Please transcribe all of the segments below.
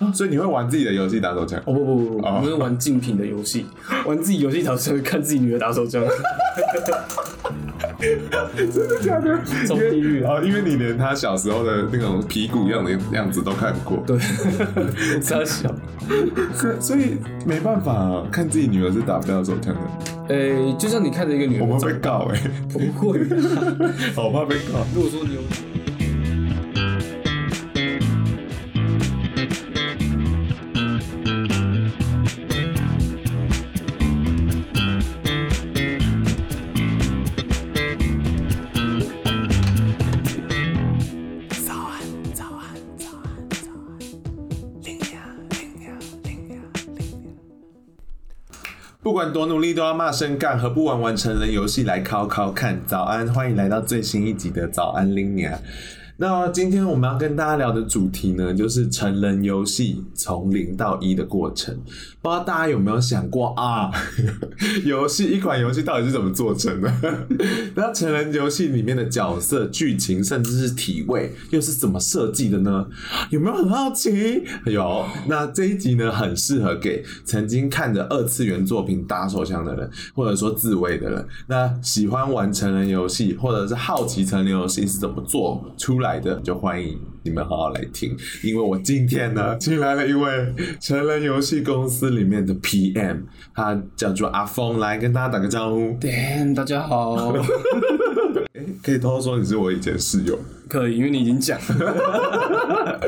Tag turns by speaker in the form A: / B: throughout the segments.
A: 所以你会玩自己的游戏打手枪？
B: 哦不不不不，
A: 哦
B: 我们是玩竞品的游戏， 玩自己游戏打手枪，看自己女儿打手枪，
A: 真的假的？
B: 超地狱啊的
A: 哦，因为你连他小时候的那种皮骨样的样子都看过，
B: 对， 傻小。
A: 所所以没办法、啊，看自己女儿是打不了手枪的，
B: 诶、就像你看着一个女
A: 我
B: 人
A: 们，被告哎、
B: 哦 不会啊。
A: 好怕被告。
B: 如果说你有，
A: 不管多努力都要骂声干，何不玩玩成人游戏来考考看？早安，欢迎来到最新一集的早安 l i n a 那今天我们要跟大家聊的主题呢，就是成人游戏从零到一的过程。不知道大家有没有想过啊， 游戏一款游戏到底是怎么做成的？ 那成人游戏里面的角色、剧情，甚至是体位，又是怎么设计的呢？有没有很好奇？有。那这一集呢，很适合给曾经看着二次元作品打手枪的人，或者说自慰的人。那喜欢玩成人游戏，或者是好奇成人游戏是怎么做出来的，就欢迎你们好好来听。因为我今天呢，请来了一位成人游戏公司里面的 PM，他叫做阿峰，来跟大家打个招呼。
B: damn，大家好，
A: 诶可以偷偷说你是我以前室友。
B: 可以，因为你已经讲了。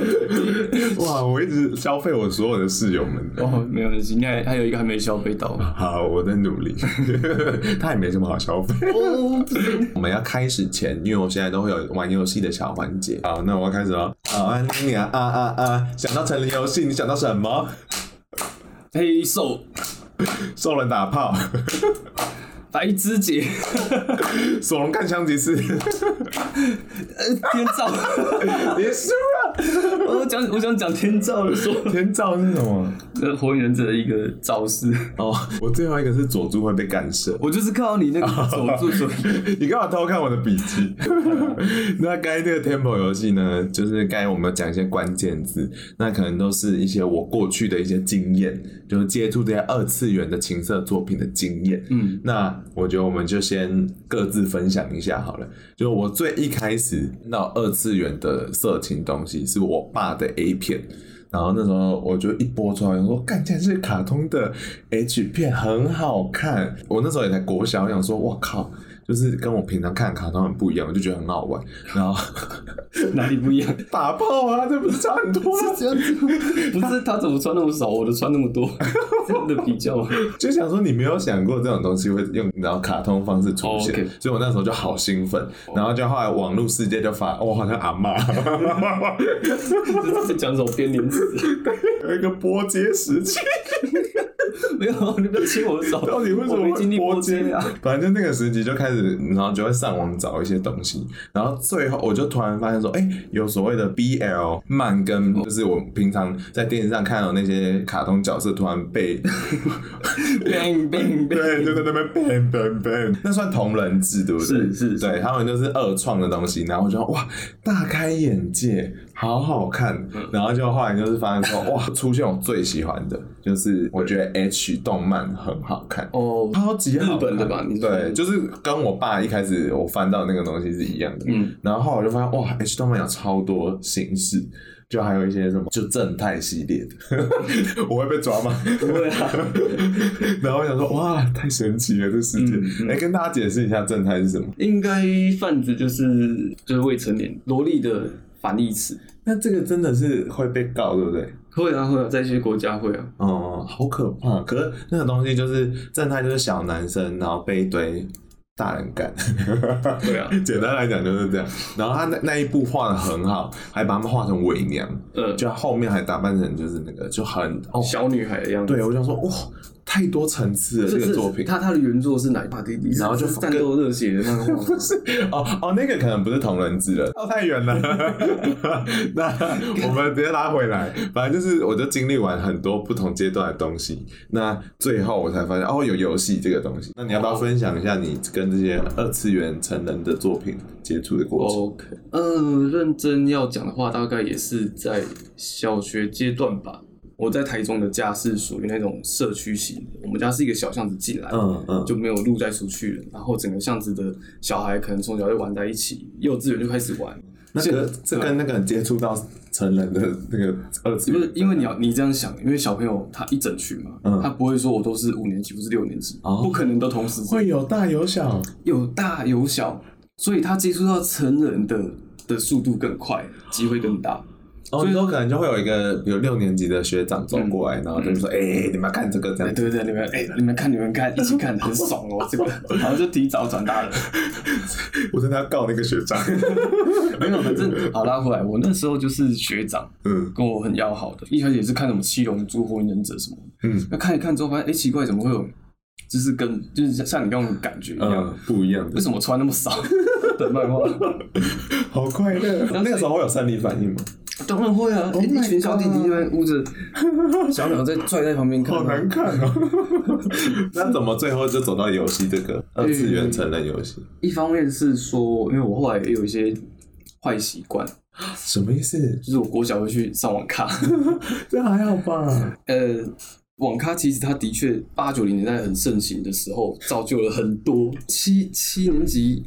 A: 哇，我一直消费我所有的室友们。
B: 哦，没有关系，应该还有一个还没消费到。
A: 好，我在努力。 他也没什么好消费。
B: 哦
A: 我们要开始前，因为我现在都会有玩游戏的小环节。好，那我要开始了。好，安妮你啊啊啊啊！想到成人游戏，你想到什么？
B: 黑手
A: 兽人打炮，
B: 白肢节，
A: 索隆干枪击 士，你
B: 天照，
A: 输啊了。
B: 我讲我想讲天照的说，
A: 天照是什么？
B: 这火影忍者的一个招式，
A: 哦，我最后一个是佐助会被干涉。
B: 我就是看到你那个手做 手，
A: 你干嘛偷看我的笔记？那该这个 Temple 游戏呢，就是该我们讲一些关键字，那可能都是一些我过去的一些经验，就是接触这些二次元的情色作品的经验。嗯，那我觉得我们就先各自分享一下好了。就是我最一开始闹二次元的色情东西，是我爸的 A 片。然后那时候我就一播出来，我说干，竟然是卡通的 H 片，很好看。我那时候也才国小，我想说，我靠，就是跟我平常看的卡通很不一样，我就觉得很好玩。然后
B: 哪里不一样？
A: 打炮啊，这不是差很多啊吗？
B: 不是他怎么穿那么少，我的穿那么多， 这样的比较 吗，
A: 就想说你没有想过这种东西会用然后卡通方式出现
B: 哦，OK
A: 所以我那时候就好兴奋。然后就后来网络世界就发，我、好像阿妈
B: 这是在讲什么编年史？
A: 有一个波接时期。
B: 没有，你不要亲我的手。
A: 到底为什
B: 我
A: 么
B: 没
A: 会
B: 经历
A: 播
B: 过
A: 接
B: 街啊？？
A: 反正就那个时期就开始，然后就会上网找一些东西，然后最后我就突然发现说，哎、有所谓的 BL 漫跟就是我平常在电视上看到那些卡通角色突然被
B: bang bang
A: 对，就
B: bang，
A: 在那边 bang bang bang，那算同人志对不对？
B: 是是是
A: 对他们就是二创的东西，然后我就哇大开眼界，好好看，
B: 嗯
A: 然后就后来就是发现说哇，出现我最喜欢的就是我觉得 H 动漫很好看
B: 哦
A: 超级好看
B: 日本的吧你说
A: 对，就是跟我爸一开始我翻到那个东西是一样的，
B: 嗯，
A: 然后后来我就发现哇，H 动漫有超多形式。就还有一些什么，就正太系列的， 我会被抓吗？
B: 不会啊，
A: 然后我想说，哇，太神奇了，这世界！来、跟大家解释一下正太是什么？
B: 应该泛指就是就是未成年萝莉的反义词。
A: 那这个真的是会被告，对不对？
B: 会啊会啊，在一些国家会啊，
A: 哦、好可怕！可是那个东西就是正太，就是小男生，然后被一堆大人干。
B: 对啊
A: 简单来讲就是这样。然后他那那一部画的很好，还把他们画成伪娘，
B: 呃，
A: 就后面还打扮成就是那个就很哦，
B: 小女孩的样子。
A: 对我想说哇。太多层次了这
B: 这
A: 个
B: 是
A: 作品。
B: 他他的原作是哪一把弟弟？
A: 然后就是
B: 战斗热血的漫画吗
A: 哦哦，那个可能不是同人志了，跳哦太远了。 那我们直接拉回来，反正就是我就经历完很多不同阶段的东西，那最后我才发现哦，有游戏这个东西。那你要不要分享一下你跟这些二次元成人的作品接触的过程？
B: ？OK，嗯，认真要讲的话，大概也是在小学阶段吧。我在台中的家是属于那种社区型的，我们家是一个小巷子进来，
A: 嗯嗯，
B: 就没有路再出去了。然后整个巷子的小孩可能从小就玩在一起，幼稚园就开始玩。
A: 那
B: 所以
A: 个这跟那个接触到成人的那个二次
B: 不
A: 元
B: 是因为你要你这样想，因为小朋友他一整群嘛，
A: 嗯
B: 他不会说我都是五年级，我是六年级，
A: 哦
B: 不可能都同时
A: 会有大有小，
B: 有大有小，所以他接触到成人的的速度更快，机会更大。
A: 所哦以说可能就会有一个比如六年级的学长走过来，然后就说：“哎、你们要看这个这
B: 哎、
A: 样子。
B: 对对对，你们哎、你们看，你们看，一起看，很爽哦，这个，然后就提早长大了。
A: 我真的要告那个学长。
B: 没有，反正好拉回来，我那时候就是学长，
A: 嗯
B: 跟我很要好的，一开始也是看什么《七龙珠》《火影忍者》什么的，
A: 嗯
B: 那看一看之后发现，哎、奇怪，怎么会有，就是跟就是像你刚刚的感觉一样，
A: 嗯，不一样
B: 为
A: 的，
B: 什么穿那么少的漫画？
A: 好快乐。那个时候会有生理反 应吗？
B: 当然会啊
A: Oh
B: 一
A: my
B: 群小弟弟在捂着小鸟在拽在旁边看、啊，
A: 看 哦。那怎么最后就走到游戏这个二次元成人游戏？
B: 一方面是说，因为我后来也有一些坏习惯，
A: 什么意思？
B: 就是我国小会去上网咖，
A: 这还好吧？
B: 呃。网咖其实它的确八九零年代很盛行的时候，造就了很多七七年级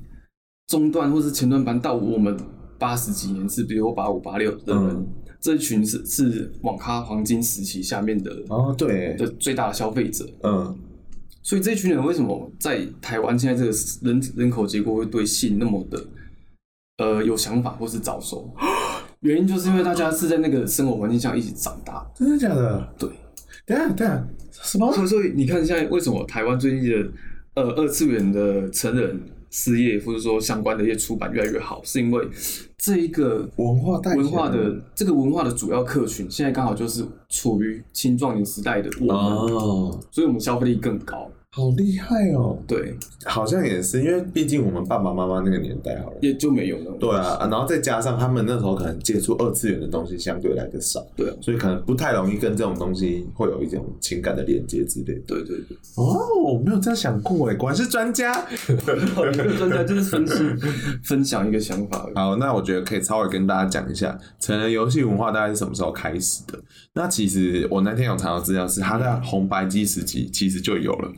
B: 中段或是前段班到我们八十几年是，比如八五八六的人，
A: 嗯
B: 这群是是网咖黄金时期下面的、
A: 哦，对，
B: 的最大的消费者。
A: 嗯
B: 所以这群人为什么在台湾现在这个人人口结构会对性那么的呃有想法或是早熟？ 原因就是因为大家是在那个生活环境下一起长大。
A: 真的假的？
B: 对，
A: 等一下等一下，什么？
B: 所以所以你看现在为什么台湾最近的呃二次元的成人事业或者说相关的一些出版越来越好，是因为这一个
A: 文化带
B: 文化的这个文化的主要客群现在刚好就是处于青壮年时代的我们，
A: 哦，
B: 所以我们消费力更高。
A: 好厉害哦！
B: 对，
A: 好像也是，因为毕竟我们爸爸妈妈那个年代好了。
B: 也就没有了。
A: 对啊，然后再加上他们那时候可能接触二次元的东西相对来的少，
B: 对啊，
A: 所以可能不太容易跟这种东西会有一种情感的连接之类的。
B: 对对对。
A: 哦，我没有这样想过哎，果然是专家。
B: 一个专家就是分析分享一个想法而已。
A: 好，那我觉得可以稍微跟大家讲一下成人游戏文化大概是什么时候开始的。那其实我那天有查到资料是，它在红白机时期其实就有了，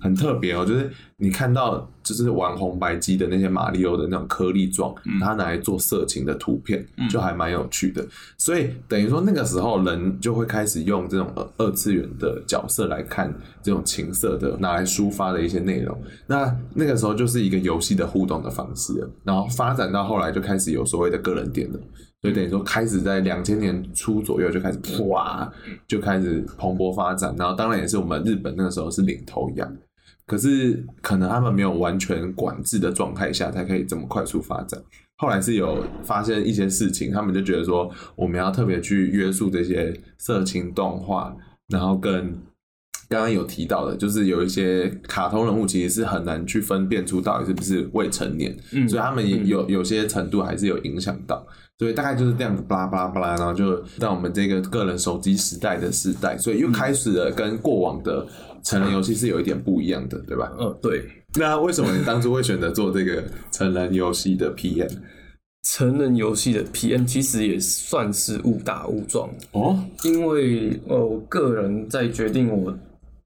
A: 很特别哦。就是你看到就是玩红白机的那些马里奥的那种颗粒状，它拿来做色情的图片，就还蛮有趣的。所以等于说那个时候人就会开始用这种二二次元的角色来看这种情色的拿来抒发的一些内容。那那个时候就是一个游戏的互动的方式了，然后发展到后来就开始有所谓的个人点了。所以等于说，开始在两千年初左右就开始
B: 嗯
A: 哇，就开始蓬勃发展。然后当然也是我们日本那个时候是领头羊，可是可能他们没有完全管制的状态下，才可以这么快速发展。后来是有发现一些事情，他们就觉得说，我们要特别去约束这些色情动画，然后跟刚刚有提到的，就是有一些卡通人物其实是很难去分辨出到底是不是未成年，
B: 嗯
A: 所以他们也有有些程度还是有影响到。所以大概就是这样子，巴拉巴拉巴拉，然后就到我们这个个人手机时代的时代，所以又开始了跟过往的成人游戏是有一点不一样的，对吧？
B: 嗯，对，
A: 那为什么你当初会选择做这个成人游戏的 PM？
B: 成人游戏的 PM 其实也算是误打误撞，
A: 哦，
B: 因为呃，我个人在决定我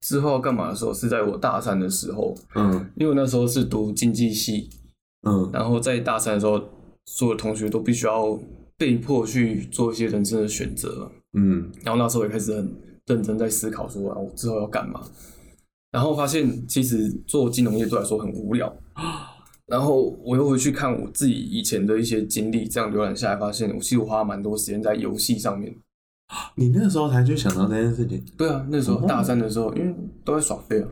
B: 之后要干嘛的时候，是在我大三的时候，
A: 嗯
B: 因为我那时候是读经济系，
A: 嗯
B: 然后在大三的时候，所有同学都必须要被迫去做一些人生的选择，
A: 嗯
B: 然后那时候也开始很认真在思考说，啊，我之后要干嘛。然后发现其实做金融业对我来说很无聊，然后我又回去看我自己以前的一些经历，这样浏览下来，发现我其实我花蛮多时间在游戏上面。
A: 你那时候才去想到这件事情，
B: 对啊，那时
A: 哦
B: 候大三的时候，因为都在耍 废啊，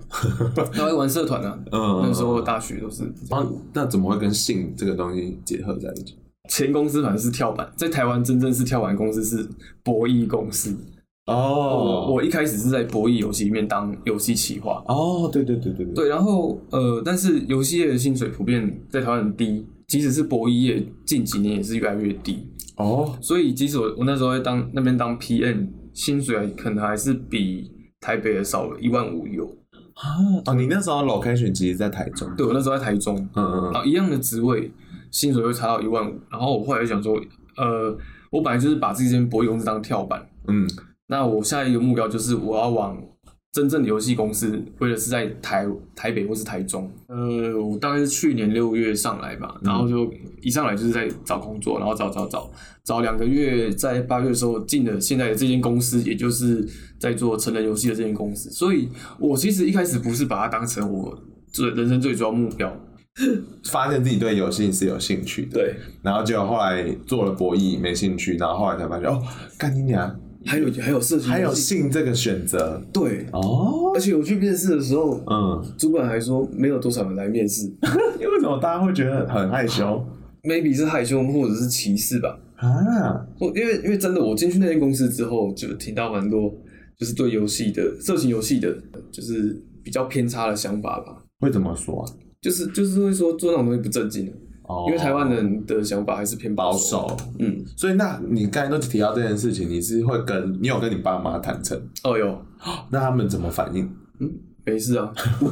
B: 都在玩社团啊。
A: 嗯
B: 那时候大学都是
A: 啊，那怎么会跟性这个东西结合在一起？
B: 前公司反正是跳板，在台湾真正是跳板公司是博弈公司，
A: 哦，
B: 我我一开始是在博弈游戏里面当游戏企划，
A: 哦，对对对对对，
B: 对，然后呃，但是游戏业的薪水普遍在台湾很低，即使是博弈业近几年也是越来越低，
A: 哦，
B: 所以即使我我那时候在当那边当 PM，薪水可能还是比台北的少了一万五有。
A: 啊，哦，你那时候 location 其实在台中，
B: 对我那时候在台中，
A: 嗯嗯
B: 然
A: 嗯，
B: 后一样的职位，薪水会差到一万五。然后我后来就想说，呃，我本来就是把自己这间博弈公司当跳板，
A: 嗯，
B: 那我下一个目标就是我要往真正的游戏公司，或者是在台台北或是台中。呃，我大概是去年六月上来吧，然后就一上来就是在找工作，然后找找找找两个月，在八月的时候进了现在的这间公司，也就是在做成人游戏的这间公司。所以我其实一开始不是把它当成我最人生最主要目标。
A: 发现自己对游戏是有兴趣的，
B: 对，
A: 然后结果后来做了博弈没兴趣，然后后来才发现哦，干你娘，
B: 还有还有社群，
A: 还有性这个选择
B: 对，
A: 哦，
B: 而且我去面试的时候，
A: 嗯，
B: 主管还说没有多少人来面试
A: 为什么大家会觉得很害羞
B: ，maybe 是害羞或者是歧视吧。
A: 啊？
B: 我因为因为真的，我进去那间公司之后，就听到蛮多就是对游戏的色情游戏的，就是比较偏差的想法吧。
A: 会怎么说啊？
B: 就是就是会说做那种东西不正经的，
A: 哦
B: 因为台湾人的想法还是偏
A: 保
B: 保守。
A: 守，
B: 嗯，
A: 所以那你刚才都提到这件事情，你是会跟你有跟你爸妈坦诚，
B: 哦哟，
A: 那他们怎么反应？
B: 嗯，没事啊，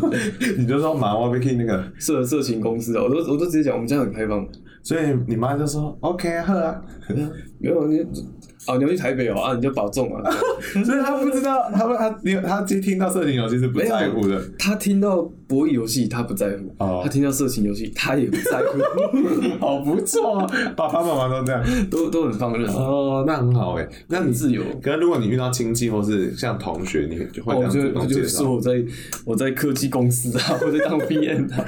A: 你就说妈，我被 k 那个，
B: 色色情公司啊，我都我都直接讲，我们家很开放。
A: 所以你妈就说 OK 啊，喝啊，
B: 没有你，哦，你要去台北哦，啊，你就保重啊。
A: 所以他不知道，他不他你他接听到色情游戏是不在乎的，
B: 他听到博弈游戏，他不在乎；
A: 哦
B: 他听到色情游戏，他也不在 乎，
A: 好不错，
B: 哦
A: 爸爸妈妈都这样。
B: 都都很放任。
A: 哦，那很好哎、那你
B: 自由
A: 可能如果你遇到亲戚或是像同学，你哦就会这
B: 哦我
A: 样
B: 就
A: 主
B: 我
A: 动
B: 就
A: 介
B: 说
A: 绍。
B: 我在我在科技公司啊， 我在当 PM 啊，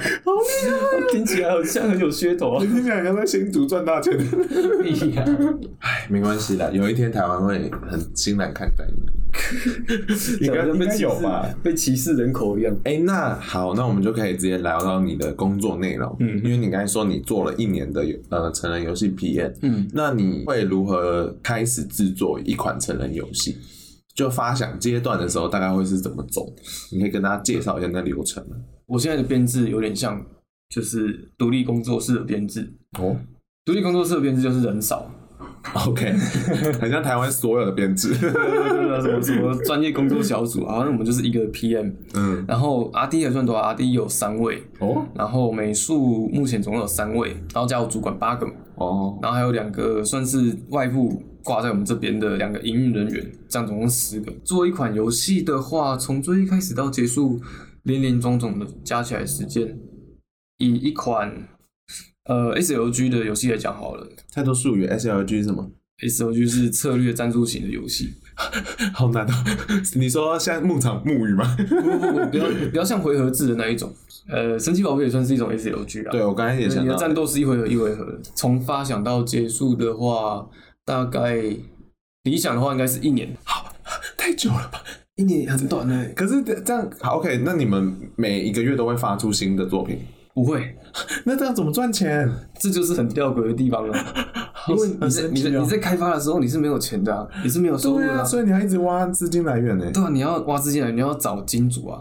B: 听起来好像很有噱头 啊
A: 你听起来像在新竹赚大 钱。
B: 屁呀！
A: 哎，没关系啦，有一天台湾会很欣然看待你。应该
B: 讲得
A: 应
B: 被
A: 该
B: 歧视
A: 有吧？
B: 被歧视人口一样。
A: 哎、那好，那我们就可以直接聊到你的工作内容。嗯，因为你刚才说你做了一年的游呃成人游戏 PM，嗯，那你会如何开始制作一款成人游戏？就发想阶段的时候，大概会是怎么走？你可以跟大家介绍一下那流程吗？
B: 我现在的编制有点像，就是独立工作室的编制。
A: 哦
B: 独立工作室的编制就是人少，
A: ，OK，很像台湾所有的编 制。
B: 什么什么专业工作小组，好像我们就是一个 PM，
A: 嗯，
B: 然后阿 D 也算多啊，阿 D 有三位，
A: 哦
B: 然后美术目前总共有三位，然后加我主管八个嘛，
A: 哦，
B: 然后还有两个算是外部挂在我们这边的两个营运人员，这样总共十个。做一款游戏的话，从最一开始到结束，零零总总的加起来时间，以一款呃 SLG 的游戏来讲好了
A: 太多术语，SLG 是什么？
B: ，SLG 是策略战术型的游戏，
A: 好难哦。 你说像牧场牧语 吗？
B: 不不不，比较比较像回合制的那一种。呃，神奇宝贝也算是一种 SLG 啊。
A: 对，我刚才也想
B: 你的
A: 到，
B: 战斗是一回合一回合的，从发想到结束的话，大概理想的话应该是一年，
A: 太久了吧？
B: 一年也很短呢、
A: 可是这样好 OK，那你们每一个月都会发出新的作品，
B: 不会，
A: 那这样怎么赚钱？
B: 这就是很吊诡的 地方了，因为你在
A: 神
B: 你
A: 奇
B: 在
A: 哦
B: 你在开发的时候你是没有钱的、啊，你是没有收入
A: 对
B: 的、
A: 啊，所以你要一直挖资金来源呢、
B: 对啊，你要挖资金来，你要找金主啊，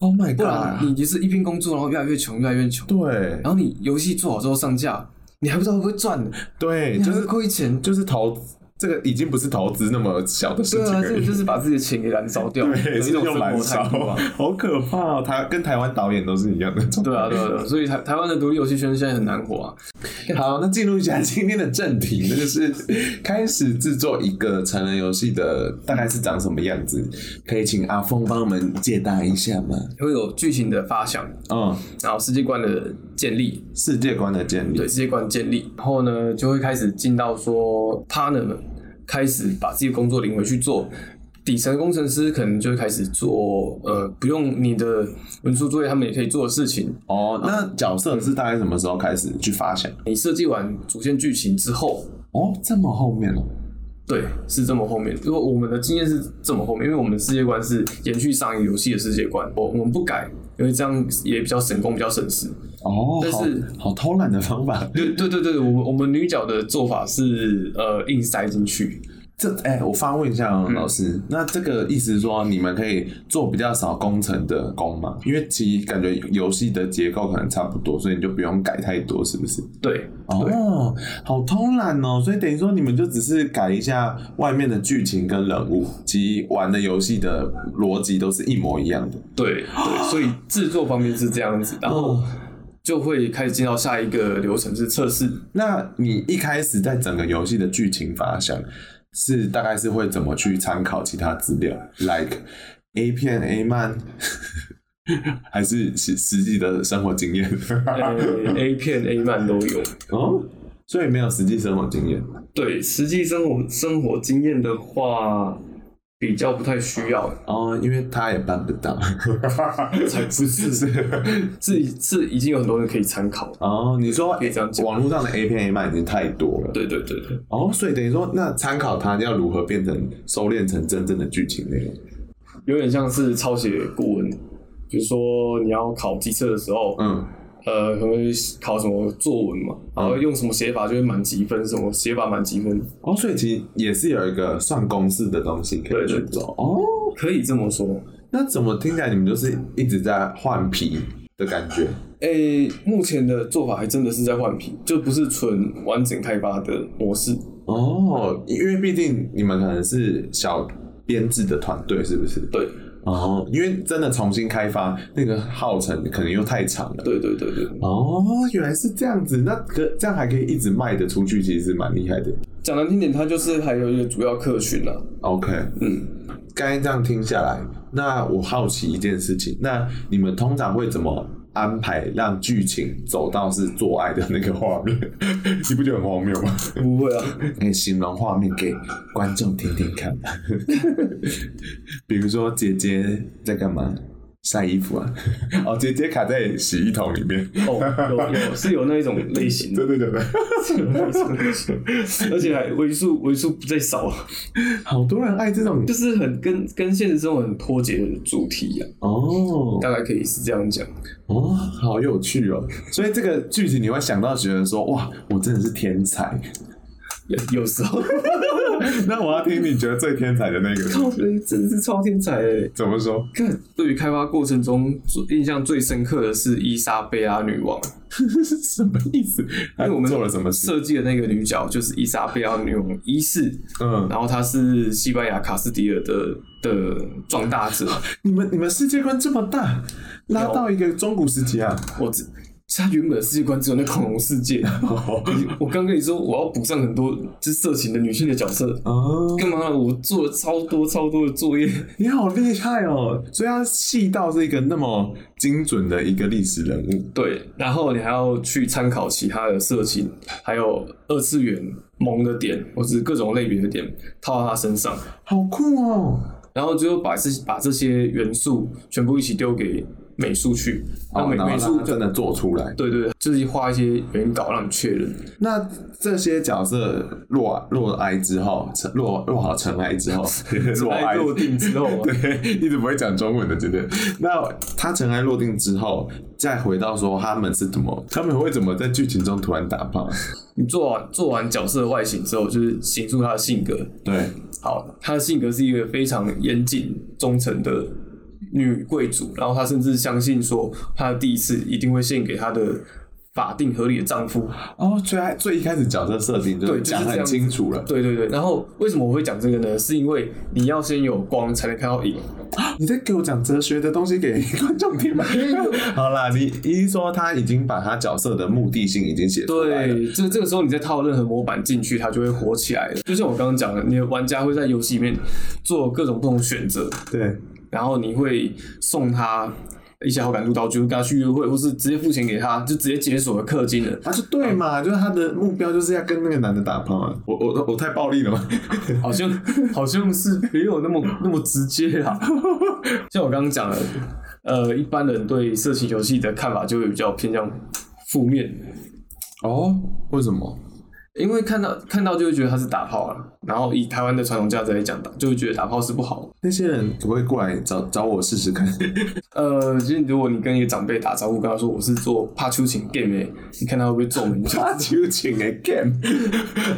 A: Oh my
B: 不然
A: god！
B: 你就是一边工作，然后越来越穷，越来越穷，
A: 对
B: 然后你游戏做好之后上架，你还不知道会不会赚的，
A: 对，
B: 你
A: 就
B: 还会
A: 是
B: 亏钱，
A: 就是投资这个已经不是投资那么小的事
B: 对
A: 情
B: 啊，
A: 而
B: 这个
A: 已。
B: 就是把自己的钱给燃烧掉，
A: 对，
B: 有一
A: 是
B: 种
A: 用
B: 生
A: 燃
B: 活
A: 烧
B: 态度啊。，
A: 好可怕哦！台跟台湾导演都是一样 的。
B: 对啊，对啊，对啊，所以台台湾的独立游戏圈现在很难火啊。
A: 好，那进入一下今天的正题，那就是开始制作一个成人游戏的，大概是长什么样子？可以请阿峰帮我们解答一下吗？
B: 会有剧情的发想，
A: 嗯，
B: 然后世界观的建立，
A: 世界观的建立
B: 对，世界观建立，然后呢就会开始进到说 partner 们开始把自己的工作领回去做。底层工程师可能就会开始做，呃，不用你的文书作业，他们也可以做的事情。
A: 哦。那角色是大概什么时候开始去发想？
B: 你设计完主线剧情之后，
A: 哦，这么后面哦。
B: 对，是这么后面。如果我们的经验是这么后面，因为我们的世界观是延续上一个游戏的世界观，我我们不改，因为这样也比较省工，比较省事。
A: 哦，
B: 但是
A: 好好偷懒的方法
B: 对对对对，我们我们女角的做法是呃硬塞进去，
A: 这哎、我发问一下、哦老师，那这个意思是说你们可以做比较少工程的工嘛？因为其实感觉游戏的结构可能差不多，所以你就不用改太多，是不是？
B: 对，
A: 哦，好偷懒哦，所以等于说你们就只是改一下外面的剧情跟人物及玩的游戏的逻辑都是一模一样的。
B: 对对，所以制作方面是这样子，然后就会开始进到下一个流程是测试。
A: 那你一开始在整个游戏的剧情发想是大概是会怎么去参考其他资料，like A 片 A 漫， 还是实实际的生活经验？
B: 呃 A 片 A 漫都有。
A: 哦，所以没有实际生活经验。
B: 对，实际生活生活经验的话，比较不太需要。
A: 哦，因为他也办不到，
B: 才不是是是已经有很多人可以参考了。
A: 哦，你说
B: 可以这样讲
A: 网络上的 A 片 A 漫已经太多了。
B: 对对对对，
A: 哦，所以等于说，那参考它要如何变成收敛成真正的剧情内容？
B: 有点像是抄写古文，比如说你要考机测的时候，
A: 嗯，
B: 呃，可能会考什么作文嘛，然后用什么写法就会满积分，什么写法满积分，
A: 哦，所以其实也是有一个算公式的东西可以
B: 对对
A: 去做。哦，
B: 可以这么说。
A: 那怎么听起来你们就是一直在换皮的感觉？
B: 诶、目前的做法还真的是在换皮，就不是纯完整开发的模式。
A: 哦，因为毕竟你们可能是小编制的团队，是不是？。
B: 对
A: 哦，因为真的重新开发那个耗程可能又太长了。。
B: 对对对对，
A: 哦，原来是这样子，那可这样还可以一直卖得出去，其实是蛮厉害的。
B: 讲难听点，它就是还有一个主要客群啊。
A: OK，嗯，刚才这样听下来，那我好奇一件事情，那你们通常会怎么安排让剧情走到是做爱的那个画面？ 你不觉得很荒谬吗？
B: 不会啊，
A: 可以哎形容画面给观众听听看。 比如说姐姐在干嘛？晒衣服啊？ 哦，姐姐卡在洗衣桶里面。
B: 哦，有有是有那一种类型的，
A: 对对对对，
B: 是有那一种类型的而且还为数为数不在少，
A: 好多人爱这种
B: 就是很跟跟现实生活很脱节的主题啊，
A: 哦
B: 大概可以是这样讲。
A: 哦，好有趣哦！所以这个剧情你会想到觉得说，哇，我真的是天才。
B: 有有时候，
A: 那我要听你觉得最天才的那个，
B: 靠人真是超天才哎！
A: 怎么说？
B: 看，对于开发过程中最印象最深刻的是伊莎贝拉女王，
A: 什么意思？因
B: 因为我们
A: 做了什么事？
B: 设计的那个女角就是伊莎贝拉女王一世，
A: 嗯，
B: 然后她是西班牙卡斯蒂尔的的壮大者，
A: 你们你们世界观这么大，拉到一个中古时期啊！
B: 我只他原本的世界观只有那恐龙世界。
A: 哦
B: 我刚跟你说，我要补上很多就是色情的女性的角色，
A: 哦，
B: 干嘛？我做了超多超多的作业，
A: 你好厉害哦！所以要细到这个那么精准的一个历史人物，
B: 对，然后你还要去参考其他的色情，还有二次元萌的点，或是各种类别的点套到他身上，
A: 好酷哦！
B: 然后最后把这把这些元素全部一起丢给美术去，那
A: 哦
B: 美
A: 然后
B: 美
A: 让
B: 术
A: 他
B: 就
A: 真的做出来，
B: 对对，就是画一些原稿让你确认，
A: 那这些角色落落哀之后，尘落落好尘埃 之后，落
B: 爱
A: 哀
B: 落定之后 啊，
A: 对， 一直不会讲中文的，真的。那他尘埃落定之后，再回到说他们是怎么，他们会怎么在剧情中突然打炮？
B: 你做完做完角色的外形之后，就是形塑他的性格。
A: 对，
B: 好，她的性格是一个非常严谨、忠诚的女贵族，然后她甚至相信说，她的第一次一定会献给她的法定合理的丈夫。
A: 哦，最爱最一开始角色设定就
B: 对就是
A: 讲
B: 这
A: 很
B: 样子
A: 清楚了。
B: 对对对，然后为什么我会讲这个呢？是因为你要先有光才能看到影。
A: 你在给我讲哲学的东西给观众听 吗？好啦，你一说他已经把他角色的目的性已经写出来了。
B: 对，这这个时候你再套任何模板进去，它就会火起来了。就像我刚刚讲的，你的玩家会在游戏里面做各种不同选择，
A: 对，
B: 然后你会送他一些好感度道具，跟他去约会，或是直接付钱给他，就直接解锁了氪金了。
A: 他就对嘛，就是他的目标就是要跟那个男的打炮啊。我我我太暴力了 吗？
B: 好像好像是没有那么那么直接啊。像我刚刚讲的，呃，一般人对色情游戏的看法就会比较偏向负面，
A: 哦，为什么？
B: 因为看到看到就会觉得它是打炮啊，然后以台湾的传统价值来讲，打就会觉得打炮是不好的。
A: 那些人可不可以过来找找我试试看？
B: 呃，其实如果你跟一个长辈打招呼，跟他说我是做帕丘琴 game 的，你看他会不会皱眉？就
A: 他就请 again，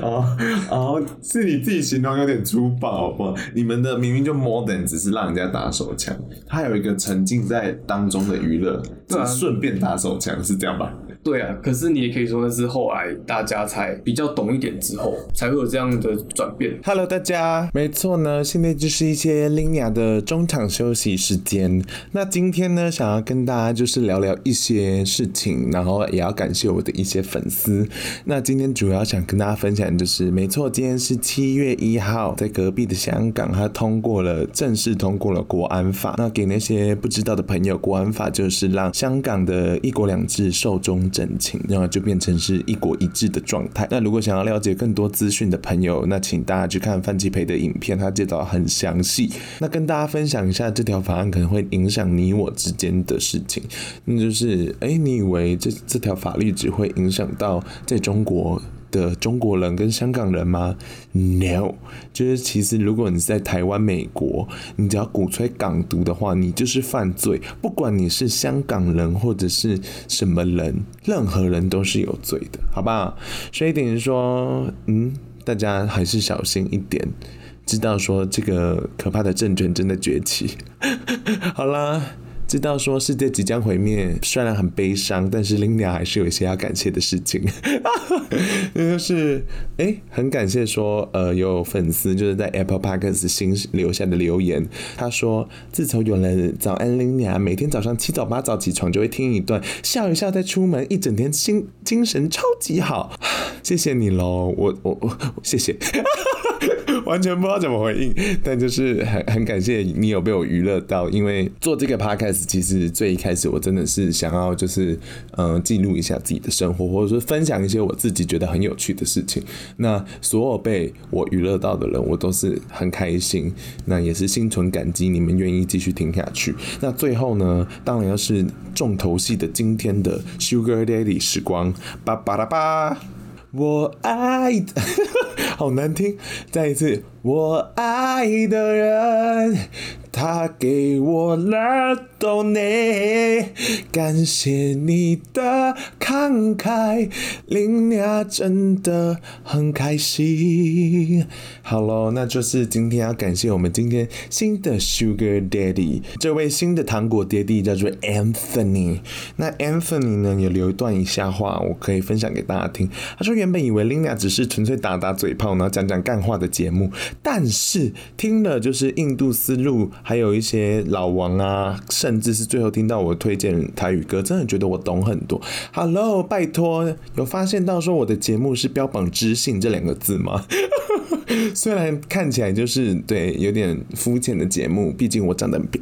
A: 哦哦，是你自己形容有点粗暴好不好？你们的明明就 modern，只是让人家打手枪，他有一个沉浸在当中的娱乐，
B: 对啊
A: 只顺便打手枪是这样吧？
B: 对啊，可是你也可以说那是后来大家才比较懂一点之后，才会有这样的转变。
A: Hello，大家，没错呢，现在就是一些 Lina 的中场休息时间。那今天呢，想要跟大家就是聊聊一些事情，然后也要感谢我的一些粉丝。那今天主要想跟大家分享就是，没错，今天是七月一号，在隔壁的香港，它通过了正式通过了国安法。那给那些不知道的朋友，国安法就是让香港的一国两制寿终正寝，然后就变成是一国一制的状态。那如果想要了解更多资讯的朋友，那请大家去看范吉培的影片，他介绍得很详细。那跟大家分享一下这条法案可能会影响你我之间的事情，那就是，哎，你以为这这条法律只会影响到在中国？的中国人跟香港人吗？No，就是其实如果你是在台湾、美国，你只要鼓吹港独的话，你就是犯罪。不管你是香港人或者是什么人，任何人都是有罪的，好不好？所以等于说，嗯，大家还是小心一点。知道说这个可怕的政权真的崛起。 好啦，知道说世界即将毁灭，虽然很悲伤，但是林鸟还是有一些要感谢的事情。那就是，哎、很感谢说，呃，有粉丝就是在 Apple Podcast 新留下的留言，他说，自从有了早安林鸟，每天早上七早八早起床就会听一段，笑一笑再出门，一整天心精神超级好。 谢谢你喽，我我我谢谢。完全不知道怎么回应，但就是很很感谢你有被我娱乐到，因为做这个 podcast 其实最一开始我真的是想要就是嗯、呃记录一下自己的生活，或者说分享一些我自己觉得很有趣的事情。那所有被我娱乐到的人，我都是很开心，那也是心存感激，你们愿意继续听下去。那最后呢，当然要是重头戏的今天的 Sugar Daddy 时光，巴巴拉巴。我爱， 好难听。再一次，我爱的人，他给我了 donate，感谢你的慷慨，林雅真的很开心。好喽，那就是今天要感谢我们今天新的 Sugar Daddy，这位新的糖果爹地叫做 Anthony。那 Anthony 呢也留一段以下话，我可以分享给大家听。他说原本以为 Lina 只是纯粹打打嘴炮，然后讲讲干话的节目，但是听了就是印度思路，还有一些老王啊，甚至是最后听到我推荐台语歌，真的觉得我懂很多。Hello，拜托，有发现到说我的节目是标榜知性这两个字吗？ 虽然看起来就是对有点肤浅的节目，毕竟我长得很漂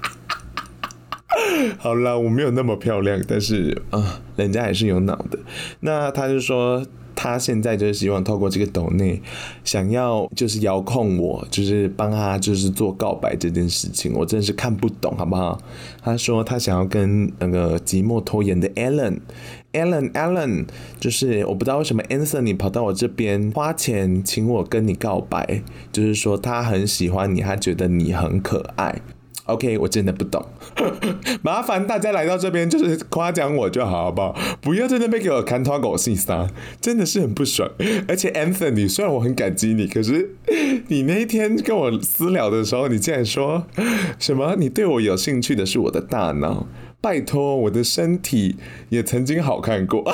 A: 好啦，我没有那么漂亮，但是啊、人家还是有脑的。那他就说。他现在就是希望透过这个抖内，想要就是遥控我，就是帮他就是做告白这件事情，我真的是看不懂，好不好？他说他想要跟那个寂寞拖延的 Alan Alan Alan，就是我不知道为什么 Anthony 跑到我这边花钱请我跟你告白，就是说他很喜欢你，他觉得你很可爱。OK，我真的不懂， 麻烦大家来到这边就是夸奖我就好，好不好？不要在那边给我看拖狗戏撒，真的是很不爽。而且 Anthony，虽然我很感激你，可是你那一天跟我私聊的时候，你竟然说什么？你对我有兴趣的是我的大脑，拜托，我的身体也曾经好看过。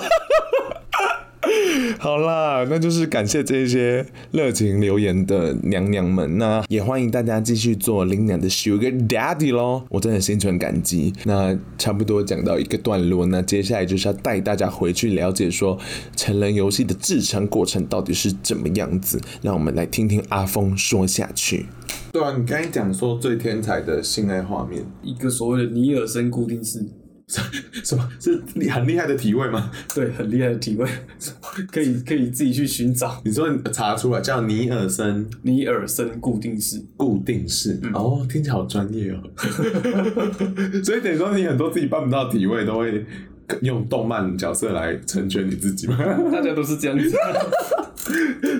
A: 好啦，那就是感谢这些热情留言的娘娘们，那也欢迎大家继续做林娘的 Sugar Daddy 咯，我真的心存感激。那差不多讲到一个段落，那接下来就是要带大家回去了解说成人游戏的制成过程到底是怎么样子，让我们来听听阿峰说下去。对啊，你刚才讲说最天才的性爱画面，
B: 一个所谓的尼尔森固定式，
A: 什么是很厉害的体位吗？
B: 对，很厉害的体位， 可以可以自己去寻找
A: 你说你查出来叫尼尔森
B: 尼尔森固定式。
A: 固定式、哦， 听起来好专业哦。所以等于说你很多自己办不到体位都会用动漫角色来成全你自己吗？
B: 大家都是这样子。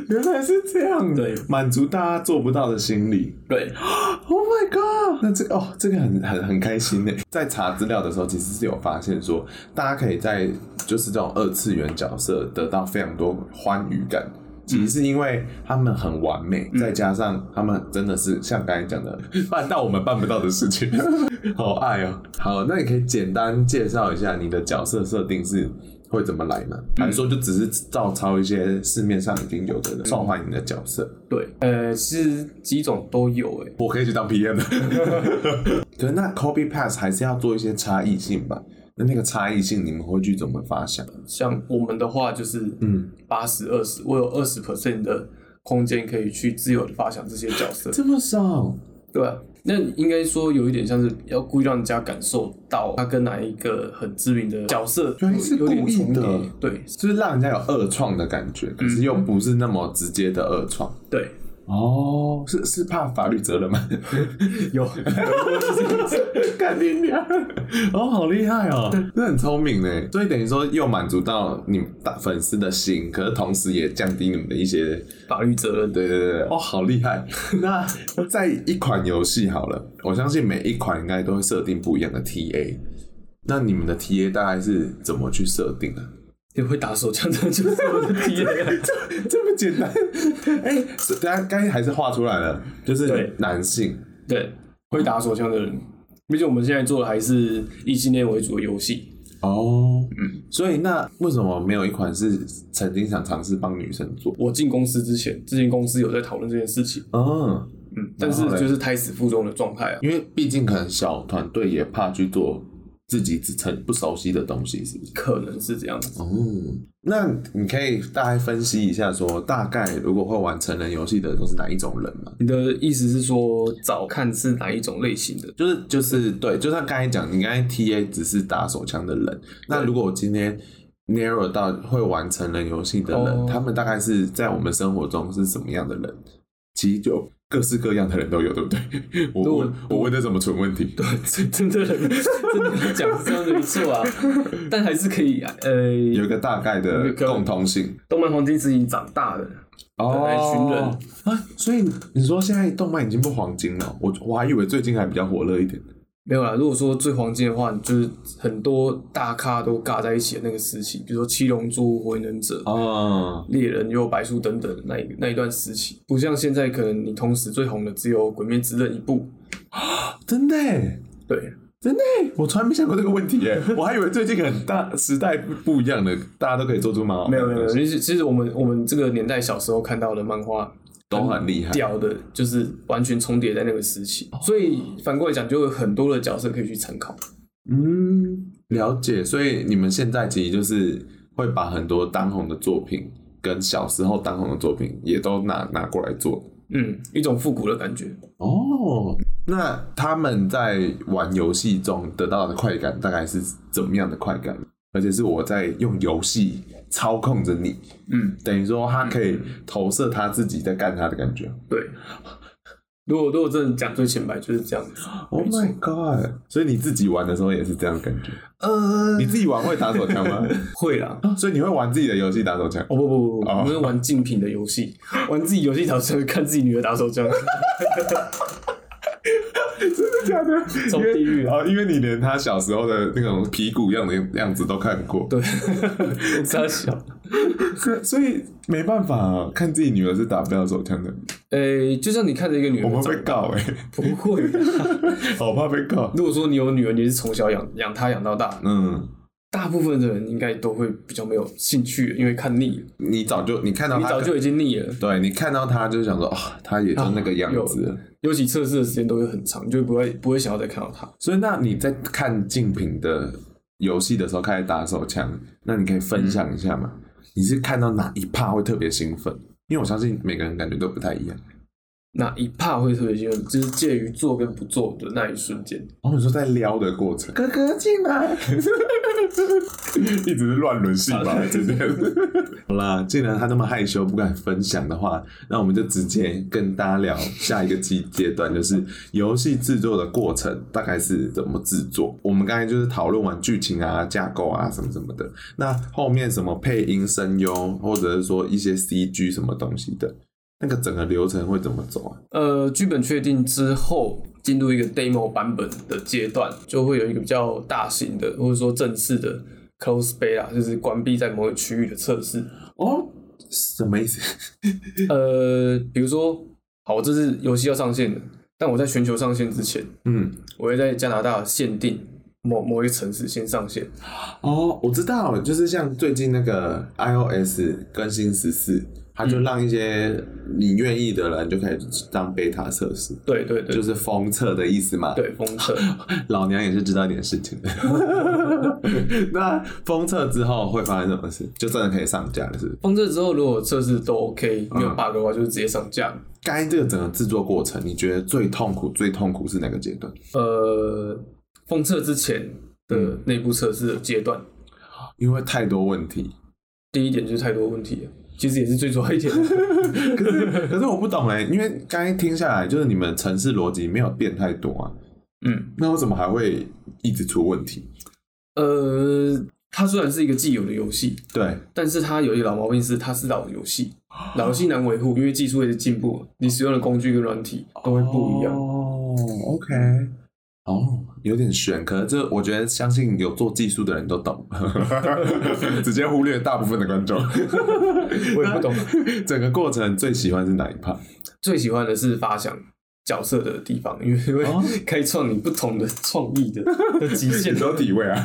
A: 原来是这样，
B: 对
A: 满足大家做不到的心理。
B: 对，
A: Oh my god！那这个哦，这个很很很开心呢。在查资料的时候，其实是有发现说，大家可以在就是这种二次元角色得到非常多欢愉感。其实是因为他们很完美，再加上他们真的是像刚才讲的，办到我们办不到的事情， 好爱哦。好，那你可以简单介绍一下你的角色设定是会怎么来吗？还是说就只是照抄一些市面上已经有的受欢迎的角色？
B: 对，呃，其实几种都有欸诶、
A: 我可以去当 PM 的。可是那 copy pass 还是要做一些差异性吧？那那个差异性你们会去怎么发想？
B: 像我们的话就是，嗯，八十二十，我有二十 percent 的空间可以去自由的发想这些角色，
A: 这么哦少？
B: 对啊。那应该说有一点像是要故意让人家感受到他跟哪一个很知名的角色
A: 原来是
B: 有有点
A: 故意
B: 重
A: 的
B: 叠，对
A: 就是让人家有二创的感觉，可是又不是那么直接的二创。
B: 对，
A: 哦，是是怕法律责任吗？
B: 有
A: 干你娘！哦，好厉害哦，这很聪明呢。所以等于说又满足到你们大粉丝的心，可是同时也降低你们的一些
B: 法律责任的，
A: 对对对，哦，好厉 害！那在一款游戏好了，我相信每一款应该都会设定不一样的 TA。那你们的 TA 大概是怎么去设定啊的、
B: 也会打手枪的就是我 的 TA，
A: 这么简单？ 哎、是大家刚才还是画出来了，就是
B: 对
A: 男性
B: 对，会打手枪的人，毕竟我们现在做的还是异性恋为主的游戏，
A: 哦。嗯，所以那为什么没有一款是曾经想尝试帮女生做？
B: 我进公司之前，之前公司有在讨论这件事情，
A: 嗯，
B: 嗯，但是
A: 然后嘞
B: 就是胎死腹中的状态啊，
A: 因为毕竟可能小团队也怕去做自己自成不熟悉的东西，是不是？
B: 可能是这样子。
A: 哦，那你可以大概分析一下说大概如果会玩成人游戏的都是哪一种人吗？
B: 你的意思是说，早看是哪一种类型的？
A: 就是就是对，就像刚才讲，你刚才 T A 只是打手枪的人，那如果我今天 narrow 到会玩成人游戏的人，
B: 哦
A: 他们大概是在我们生活中是什么样的人？其实就各式各样的人都有，对不对？我问我问的什么蠢问题？对，
B: 真真的 人真的要讲这样的没错啊，但还是可以
A: 有
B: 呃，
A: 一个大概的
B: 有个
A: 共同性。
B: 动漫黄金时已经长大了，来寻人
A: 啊！所以你说现在动漫已经不黄金了，我我还以为最近还比较火热一点。
B: 没有啦。如果说最黄金的话，就是很多大咖都尬在一起的那个时期，比如说《七龙珠》《火影忍者》
A: 哦，
B: 猎人、幽游白书等等的那一那一段时期，不像现在可能你同时最红的只有《鬼灭之刃》一部。
A: 真的耶，
B: 对，
A: 真的耶，我从来没想过这个问题 耶，我还以为最近很大时代不不一样的，大家都可以做出蛮好看
B: 没
A: 的
B: 有没有没有，
A: 东西
B: 其实其实我们我们这个年代小时候看到的漫画
A: 都很厉害。
B: 屌的，就是完全重叠在那个时期，所以反过来讲，就有很多的角色可以去参考。
A: 嗯，了解。所以你们现在其实就是会把很多当红的作品跟小时候当红的作品也都拿拿过来做。
B: 嗯，一种复古的感觉。
A: 哦，那他们在玩游戏中得到的快感大概是怎么样的快感？而且是我在用游戏操控着你，
B: 嗯，
A: 等于说他可以投射他自己在干他的感觉。
B: 对。如果如果真的讲最浅白，就是这样子。
A: Oh my god！所以你自己玩的时候也是这样的感觉？
B: 呃
A: 你，自己玩会打手枪 吗？
B: 会啦。
A: 啊所以你会玩自己的游戏打手枪？
B: 哦不不不不，
A: 哦
B: 我们是玩竞品的游戏，玩自己游戏打手枪，看自己女儿打手枪。
A: 真的假的？
B: 从地狱啊
A: 哦，因为你连他小时候的那种皮骨样的样子都看过，
B: 对， 傻小。
A: 对，所以没办法、啊，看自己女儿是打不了手枪的。
B: 诶、呃就像你看着一个女
A: 我们
B: 儿
A: 会被
B: 长，
A: 告哎、
B: 不会啊。
A: 好怕被告。
B: 如果说你有女儿，你是从小养养她养到大，
A: 嗯，
B: 大部分的人应该都会比较没有兴趣，因为看腻了，
A: 你早就你看到
B: 你
A: 他，
B: 早就已经腻了。
A: 对你看到他就想说啊、他也就那个样子了。
B: 尤其测试的时间都会很长，你就不会不会想要再看到她。
A: 所以，那你在看竞品的游戏的时候开始打手枪，那你可以分享一下吗？你是看到哪一趴会特别兴奋？因为我相信每个人感觉都不太一样。
B: 哪一怕会特别兴奋，就是介于做跟不做的那一瞬间。
A: 哦，你说在撩的过程，
B: 哥哥进来，
A: 一直是乱伦戏 吧，真的。好啦，既然他那么害羞不敢分享的话，那我们就直接跟大家聊下一个阶阶段，就是游戏制作的过程大概是怎么制作。我们刚才就是讨论完剧情啊、架构啊什么什么的，那后面什么配音、声优，或者是说一些 CG 什么东西的，那个整个流程会怎么走啊？
B: 呃，剧本确定之后，进入一个 demo 版本的阶段，就会有一个比较大型的，或者说正式的 close beta，就是关闭在某个区域的测试。
A: 哦，什么意思？
B: 呃，比如说，好，我这是游戏要上线的，但我在全球上线之前，
A: 嗯，
B: 我会在加拿大限定某某一个城市先上线。
A: 哦，我知道，就是像最近那个 iOS 更新十四，它
B: 嗯
A: 就让一些你愿意的人就可以当 beta 测试，
B: 对对对，
A: 就是封测的意思嘛。，
B: 对封测。
A: 老娘也是知道一点事情的。 那封测之后会发生什么事？就真的可以上架了，是不是？
B: 封测之后，如果测试都 OK，没
A: 嗯
B: 有 bug 的话，就是直接上架。
A: 该这个整个制作过程，你觉得最痛苦、最痛苦是哪个阶段？
B: 呃，封测之前的
A: 嗯
B: 内部测试的阶段，
A: 因为太多问题。
B: 第一点就是太多问题了，其实也是最主要一 点。
A: 可是，可是我不懂哎，因为刚才听下来，就是你们城市逻辑没有变太多啊，
B: 嗯，
A: 那为什么还会一直出问题？
B: 呃，它虽然是一个既有的游戏，
A: 对，
B: 但是它有一个老毛病是它是老游戏，老游戏难维护，因为技术一直进步，你使用的工具跟软体都会不一 样。
A: 哦，OK，哦，有点悬，可是这我觉得相信有做技术的人都懂， 直接忽略大部分的观众。
B: 我也不懂。
A: 整个过程最喜欢是哪一 part？
B: 最喜欢的是发想角色的地方，因为因为
A: 哦
B: 开创你不同的创意的的极限。
A: 都体位啊，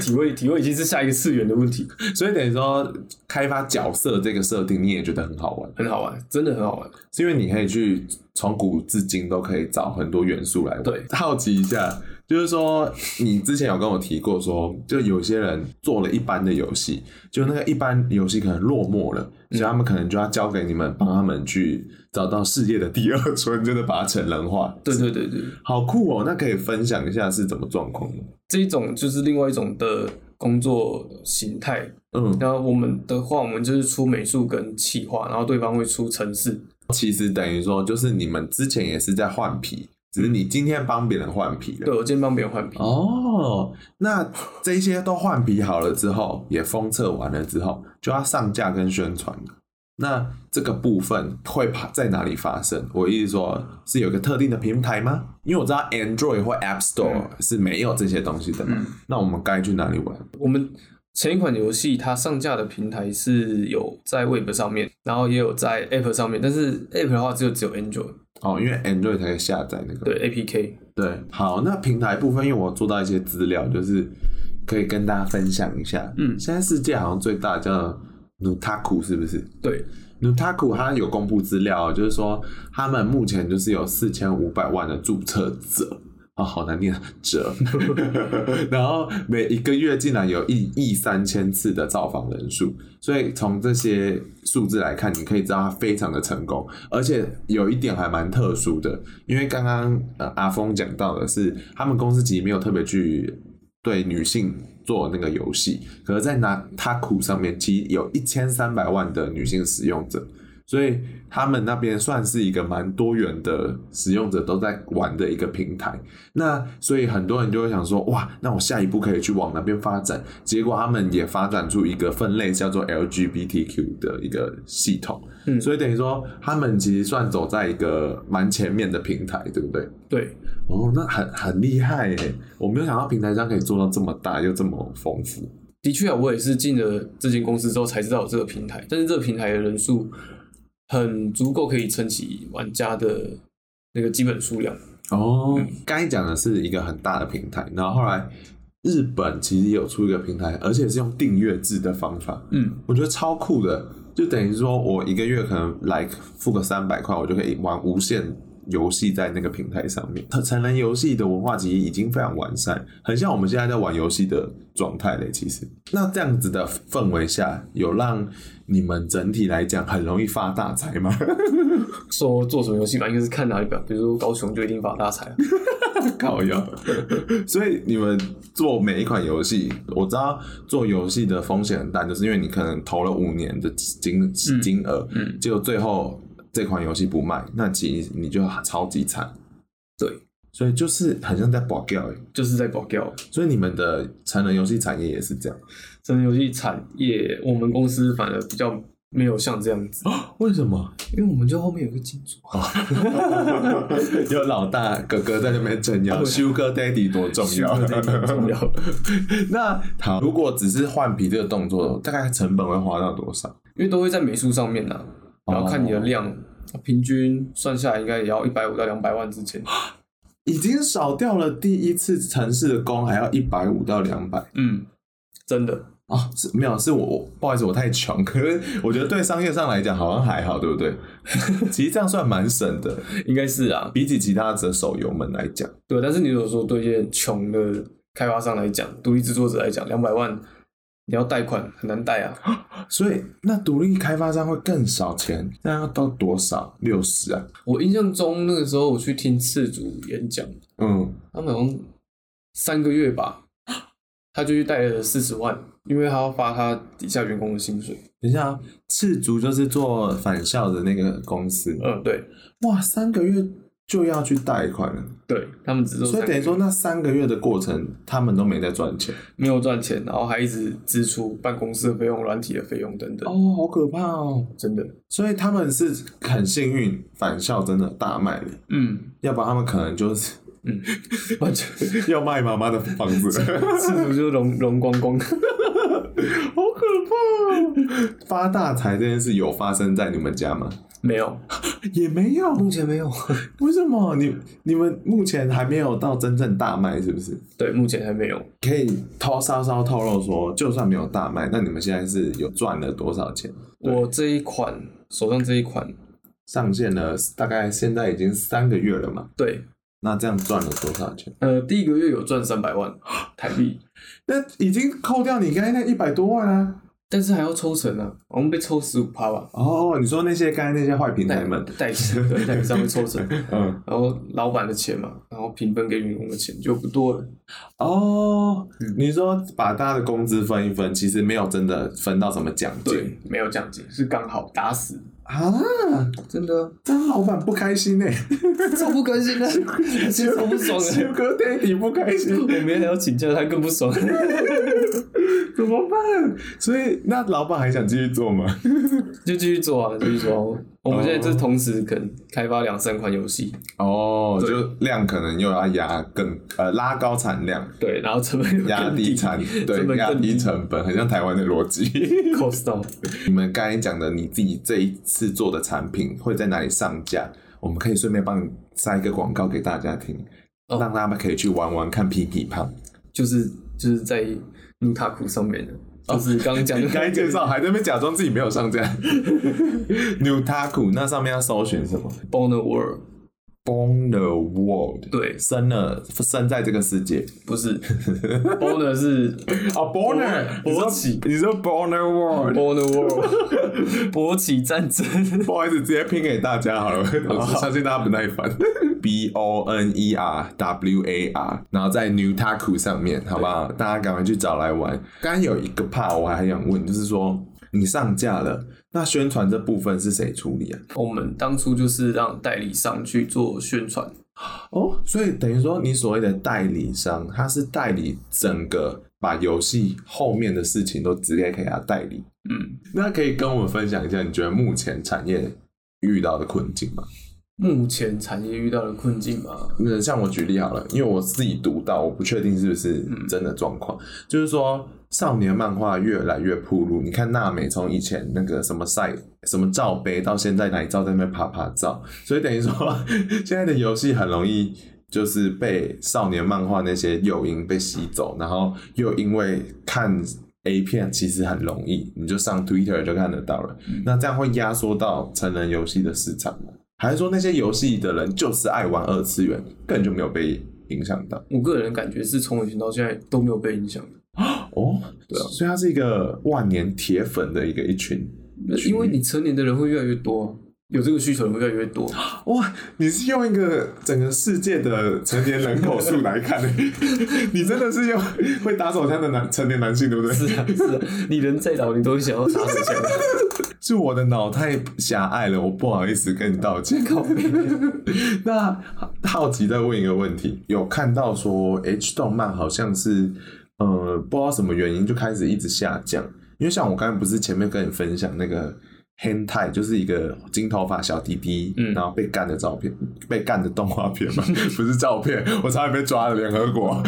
B: 体位体位已经是下一个次元的问题，
A: 所以等于说开发角色这个设定，你也觉得很好玩，
B: 很好玩，真的很好玩。
A: 是因为你可以去从古至今都可以找很多元素来玩。
B: 对
A: 好奇一下，就是说你之前有跟我提过说就有些人做了一般的游戏，就那个一般游戏可能落寞了，所以
B: 嗯
A: 他们可能就要交给你们帮他们去找到世界的第二春， 真的把它成人化。
B: 对对对对，
A: 好酷哦！那可以分享一下是怎么状况吗？
B: 这一种就是另外一种的工作形态。
A: 嗯，
B: 然后我们的话，我们就是出美术跟企划，然后对方会出城市。
A: 其实等于说就是你们之前也是在换皮，只是你今天帮别人换皮了
B: 对。我今天帮别人换皮，
A: 哦，那这些都换皮好了之后，也封测完了之后，就要上架跟宣传了那这个部分会怕在哪里发生？我意思说，是有一个特定的平台吗？因为我知道 Android 或 App
B: 嗯
A: Store 是没有这些东西的嘛。那我们该去哪里玩？
B: 我们前一款游戏它上架的平台是有在 Web 上面，然后也有在 App 上面，但是 App 的话只有只有 Android
A: 哦，因为 Android 才可以下载那个。
B: 对 APK。
A: 对，好，那平台部分，因为我做到一些资料，就是可以跟大家分享一下。
B: 嗯
A: 现在世界好像最大叫 Nutaku，是不是？
B: 对，
A: Nutaku 它有公布资料，就是说他们目前就是有四千五百万的注册者。啊、好难念者， 然后每一个月竟然有一亿三千次的造访人数，所以从这些数字来看，你可以知道它非常的成功，而且有一点还蛮特殊的，因为刚刚呃阿峰讲到的是，他们公司其实没有特别去对女性做那个游戏，可是，在拿 Taku 上面，其实有一千三百万的女性使用者，所以他们那边算是一个蛮多元的使用者都在玩的一个平台。那所以很多人就会想说，哇，那我下一步可以去往哪边发展？结果他们也发展出一个分类叫做 LGBTQ 的一个系统，
B: 嗯
A: 所以等于说他们其实算走在一个蛮前面的平台，对不对？
B: 对，
A: 哦，那很很厉害耶！我没有想到平台上可以做到这么大又这么丰富。
B: 的确啊，我也是进了这间公司之后才知道有这个平台，但是这个平台的人数很足够可以撑起玩家的那个基本数量。
A: 哦，刚才讲的是一个很大的平台，然后后来日本其实有出一个平台，而且是用订阅制的方法，
B: 嗯，
A: 我觉得超酷的。就等于说我一个月可能来付个三百块，我就可以玩无限游戏在那个平台上面。它成人游戏的文化其实已经非常完善，很像我们现在在玩游戏的状态嘞。其实，那这样子的氛围下，有让你们整体来讲很容易发大财吗？
B: 说做什么游戏吧，应该是看哪里吧，比如说高雄就一定发大财啊。
A: 靠腰。 所以你们做每一款游戏，我知道做游戏的风险很大，就是因为你可能投了五年的金金额，
B: 嗯
A: 结果最后这款游戏不卖，那其实你就超级惨。
B: 对，
A: 所以就是很像在保掉，
B: 就是在保掉。
A: 所以你们的成人游戏产业也是这样。
B: 真人游戏产业，我们公司反而比较没有像这样子，
A: 为什么？
B: 因为我们就后面有个金主，
A: 有老大哥哥在那边撑腰
B: 对
A: ，Sugar Daddy 多重要？
B: 这一点哦很重要。
A: 那好，如果只是换皮这个动作，大概成本会花到多少？
B: 因为都会在美术上面呢、然后看你的量，啊平均算下来应该也要一百五到两百万之间。
A: 已经少掉了第一次城市的工，还要一百五到两百
B: 嗯，真的，
A: 啊？是没有，是我我不好意思，我太穷。可是我觉得对商业上来讲，好像还好，对不对？ 其实这样算蛮省的，
B: 应该是啊，
A: 比起其他的手游们来讲，
B: 对。但是你如果说对一些穷的开发商来讲，独立制作者来讲，两百万你要贷款很难贷啊。
A: 所以那独立开发商会更少钱，那要到多少？六十啊？
B: 我印象中那个时候我去听次主演讲，
A: 嗯，
B: 他们好像三个月吧，他就去贷了四十万，因为他要发他底下员工的薪水。
A: 等一下、啊，赤足就是做返校的那个公司，
B: 嗯，对
A: 哇，三个月就要去贷款了，
B: 对，他们只做
A: 所
B: 三
A: 以
B: 个月，
A: 等于说那三个月的过程，他们都没在赚钱。
B: 没有赚钱，然后还一直支出办公室的费用、软体的费用等等。
A: 哦，好可怕哦！
B: 真的，
A: 所以他们是很幸运，返校真的大卖了，
B: 嗯，
A: 要不然他们可能就是
B: 完全是
A: 要卖妈妈的房子，
B: 不是就融融光光？
A: 好可怕、哦！发大财这件事有发生在你们家吗？
B: 没有，
A: 也没有，
B: 目前没有。
A: 为什么？你你们目前还没有到真正大卖，是不是？
B: 对，目前还没有。
A: 可以偷稍稍透露说，就算没有大卖，那你们现在是有赚了多少钱？
B: 我这一款手上这一款，
A: 上线了，大概现在已经三个月了嘛，
B: 对，
A: 那这样赚了多少钱？
B: 呃，第一个月有赚三百 万台币，
A: 那已经扣掉你刚才那一百多万啊！
B: 但是还要抽成啊，我们被抽十五趴吧。
A: 哦，你说那些刚才那些坏平台们，
B: 代理 对代理商会抽成，
A: 嗯，
B: 然后老板的钱嘛，然后平分给员工的钱就不多了。
A: 哦，你说把大家的工资分一分，其实没有真的分到什么奖金
B: 对，没有奖金，是刚好打死，
A: 啊，
B: 真的啊
A: 这样老板不开心欸呢、
B: 超不 甘心的，其实超不爽的。
A: 修哥 daddy 不开心
B: 我明天还要请假，他更不爽。
A: 怎么办？所以那老板还想继续做吗？
B: 就继续做啊，继续做、啊。我们现在就是同时可能开发两三款游戏，
A: 哦，就量可能又要压更呃拉高产量，
B: 对，然后成本又
A: 压
B: 更
A: 低产
B: 成
A: 对
B: 本
A: 压
B: 更
A: 低成本，很像台湾的逻辑。
B: cost down。
A: 你们刚才讲的你自己这一次做的产品会在哪里上架？我们可以顺便帮你塞一个广告给大家听，
B: 哦
A: 让他们可以去玩玩看皮皮胖。
B: 就是就是在努塔库上面的，就是刚刚讲的
A: 哦你刚才介绍还在那边假装自己没有上架。New Taku 那上面要搜寻什么
B: Boner World，
A: ？Born the World，
B: 对，
A: 生了生在这个世界
B: 不 是 Boner 是
A: 哦 b o r n
B: 勃起
A: 你说 Born the World，
B: Boner World，勃起战争。
A: 不好意思，直接拼给大 家好了，我相信大家不耐烦。B O N E R W A R，然后在 New Taku 上面，好不好？大家赶快去找来玩。刚刚有一个 part 我还想问，就是说你上架了，那宣传这部分是谁处理啊？
B: 我们当初就是让代理商去做宣传，
A: 哦，所以等于说你所谓的代理商，他是代理整个把游戏后面的事情都直接给他代理。
B: 嗯，
A: 那可以跟我们分享一下，你觉得目前产业遇到的困境吗？
B: 目前产业遇到的困境嘛，
A: 那像我举例好了，因为我自己读到，我不确定是不是真的状况，就是说少年漫画越来越铺路。你看娜美从以前那个什么晒什么罩杯，到现在奶罩在那边啪啪照，所以等于说 现在的游戏很容易就是被少年漫画那些诱因被吸走，然后又因为看 A 片其实很容易，你就上 Twitter 就看得到了，那这样会压缩到成人游戏的市场吗？还是说那些游戏的人就是爱玩二次元，根本就没有被影响到？
B: 我个人感觉是从以前到现在都没有被影响的，
A: 哦，
B: 对啊
A: 所以他是一个万年铁粉的一个一群。
B: 因为你成年的人会越来越多，啊有这个需求的人会越来越 多。
A: 哇，你是用一个整个世界的成年人口数来看的， 你真的是用会打手枪的男成年男性，对不对？
B: 是啊，是啊，你人再老，你都会想要打手枪。
A: 是我的脑太狭隘了，我不好意思跟你道歉。 那好奇再问一个问题，有看到说 H 动漫好像是呃不知道什么原因就开始一直下降，因为像我刚才不是前面跟你分享那个 hentai 就是一个金头发小弟弟，
B: 嗯
A: 然后被干的照片，被干的动画片嘛，不是照片，我差点被抓了联合国，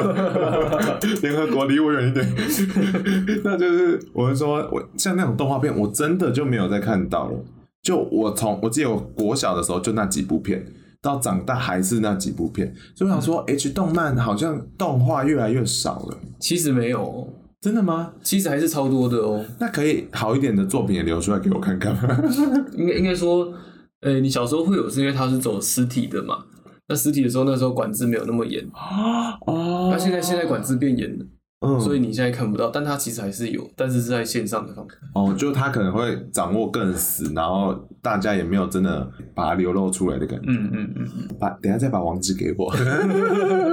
A: 联合国离我远一点。 那就是我是说，我像那种动画片，我真的就没有再看到了。就我从我记得我国小的时候就那几部片，到长大还是那几部片，所以我想说、h
B: 嗯
A: 动漫好像动画越来越少了，
B: 其实没有哦，
A: 真的吗？
B: 其实还是超多的哦。
A: 那可以好一点的作品也留出来给我看看 吗？
B: 应该应该说，呃、你小时候会有是因为它是走实体的嘛？那实体的时候，那时候管制没有那么严，
A: 哦
B: 那现在现在管制变严了，
A: 嗯，
B: 所以你现在看不到，但它其实还是有，但是是在线上的方面。
A: 哦，就他可能会掌握更死，然后大家也没有真的把它流露出来的感觉。
B: 嗯嗯嗯，
A: 把等一下再把网址给我。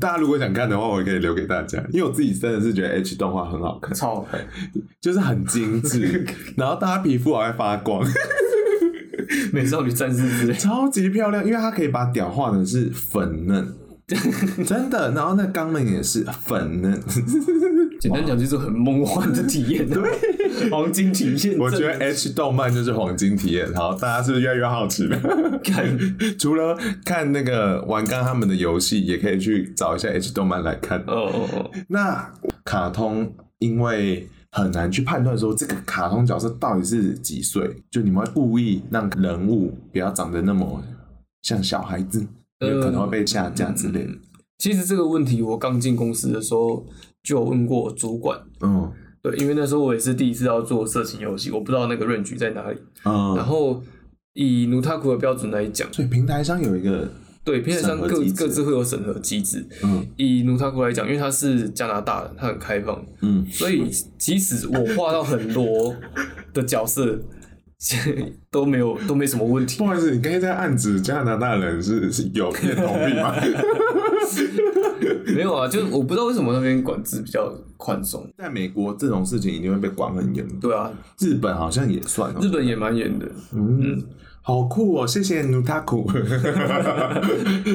A: 大家如果想看的话，我也可以留给大家，因为我自己真的是觉得 H 动画很好看，
B: 超好看，
A: 就是很精致，然后大家皮肤还会发光，
B: 美少女战士之类。
A: 超级漂亮，因为它可以把屌画的是粉嫩。真的，然后那肛门也是粉嫩，
B: 简单讲就是很梦幻的体验、对，黄金体验。
A: 我觉得 H 动漫就是黄金体验。好，大家是不是越来越好奇了？
B: 看
A: 除了看那个玩刚他们的游戏，也可以去找一下 H 动漫来看。
B: 哦哦 哦，
A: 那卡通因为很难去判断说这个卡通角色到底是几岁，就你们会故意让人物不要长得那么像小孩子，
B: 呃
A: 有可能会被下架之类的。
B: 其实这个问题我刚进公司的时候就有问过我主管，
A: 嗯
B: 对，因为那时候我也是第一次要做色情游戏，我不知道那个 range 在哪里。然
A: 嗯，
B: 后以奴塔库的标准来讲，
A: 所以平台上有一个
B: 对片商
A: 审
B: 各
A: 核机制
B: 各自会有审核机制。
A: 嗯
B: 以奴塔库来讲，因为他是加拿大人，他很开放，
A: 嗯
B: 所以即使我画到很多的角色，都没有都没什么问题。
A: 不好意思，你刚才在暗指加拿大人是是有恋童癖吗？
B: 没有啊，就是我不知道为什么那边管制比较宽松。
A: 在美国这种事情一定会被管很严，
B: 对啊，
A: 日本好像也算哦、
B: 日本也蛮严的。
A: 嗯，好酷哦！谢谢努塔库，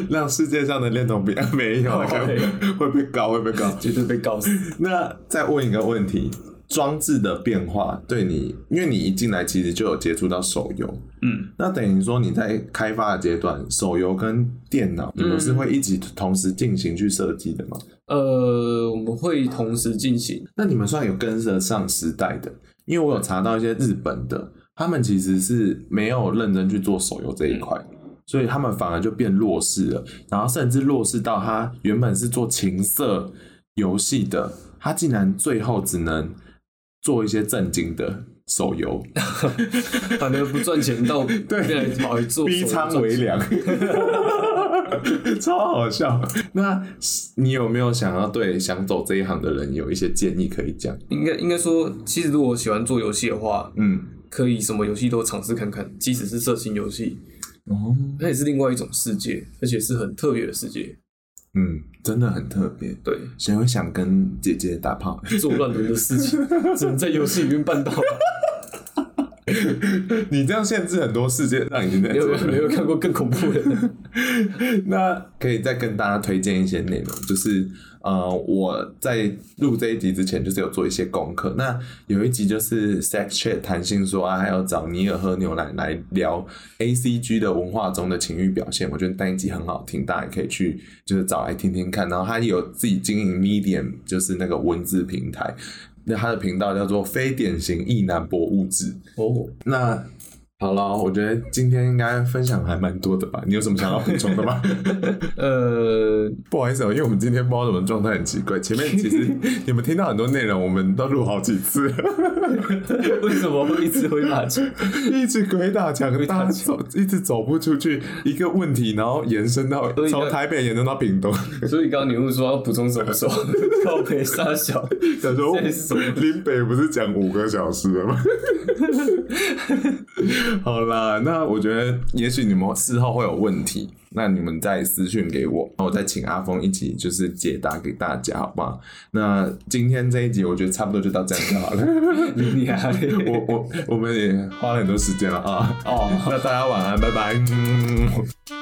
A: 让世界上的恋童癖啊没有
B: OK
A: 会被告，会被告。
B: 绝对被告死。
A: 那再问一个问题：装置的变化对你，因为你一进来其实就有接触到手游，
B: 嗯，
A: 那等于说你在开发的阶段，手游跟电脑你们是会一起同时进行去设计的吗？
B: 呃，我们会同时进行，
A: 那你们算有跟得上时代的，因为我有查到一些日本的，他们其实是没有认真去做手游这一块，
B: 嗯
A: 所以他们反而就变弱势了，然后甚至弱势到他原本是做情色游戏的，他竟然最后只能做一些正经的手游，
B: 反正不赚 钱到对来跑去做
A: 逼
B: 手
A: 仓
B: 游
A: 为
B: 赚钱
A: 粮。超好笑！那你有没有想要对想走这一行的人有一些建议可以讲？
B: 应该应该说，其实如果喜欢做游戏的话，
A: 嗯，
B: 可以什么游戏都尝试看看，即使是色情游戏，
A: 哦，
B: 那也是另外一种世界，而且是很特别的世界。
A: 嗯，真的很特别。
B: 对，
A: 谁会想跟姐姐打炮？
B: 做乱伦的事情只能在游戏里面办到。
A: 你这样限制很多世界上已经在
B: 你有
A: 做
B: 没有没
A: 了。
B: 有看过更恐怖的？
A: 那可以再跟大家推荐一些内容，就是呃，我在录这一集之前，就是有做一些功课。那有一集就是 Sex Chat 谈性说啊，还有找尼尔喝牛奶来聊 A C G 的文化中的情欲表现，我觉得那一集很好听，大家也可以去就是找来听听看。然后他也有自己经营 Medium，就是那个文字平台。那他的频道叫做“非典型意男博物志”，
B: 哦，
A: 那好了，我觉得今天应该分享还蛮多的吧？你有什么想要补充的吗？
B: 呃，
A: 不好意思、哦，因为我们今天不知道怎么状态很奇怪，前面其实你们听到很多内容，我们都录好几次了，
B: 为什么会一直会打架？
A: 一直鬼打墙，大家走一直走不出去，一个问题，然后延伸到
B: 所以
A: 从
B: 要
A: 台北延伸到屏东，
B: 所以刚刚你问说要补充什么时候， 靠北沙小，
A: 想说哦
B: 现在是什么
A: 林北不是讲五个小时了吗？ 好啦，那我觉得也许你们事后会有问题，那你们再私讯给我，那我再请阿峰一起就是解答给大家，好不好？那今天这一集我觉得差不多就到这样就好了，
B: 你还
A: 我 我我们也花了很多时间了啊。
B: 哦。
A: 那大家晚安，拜拜。嗯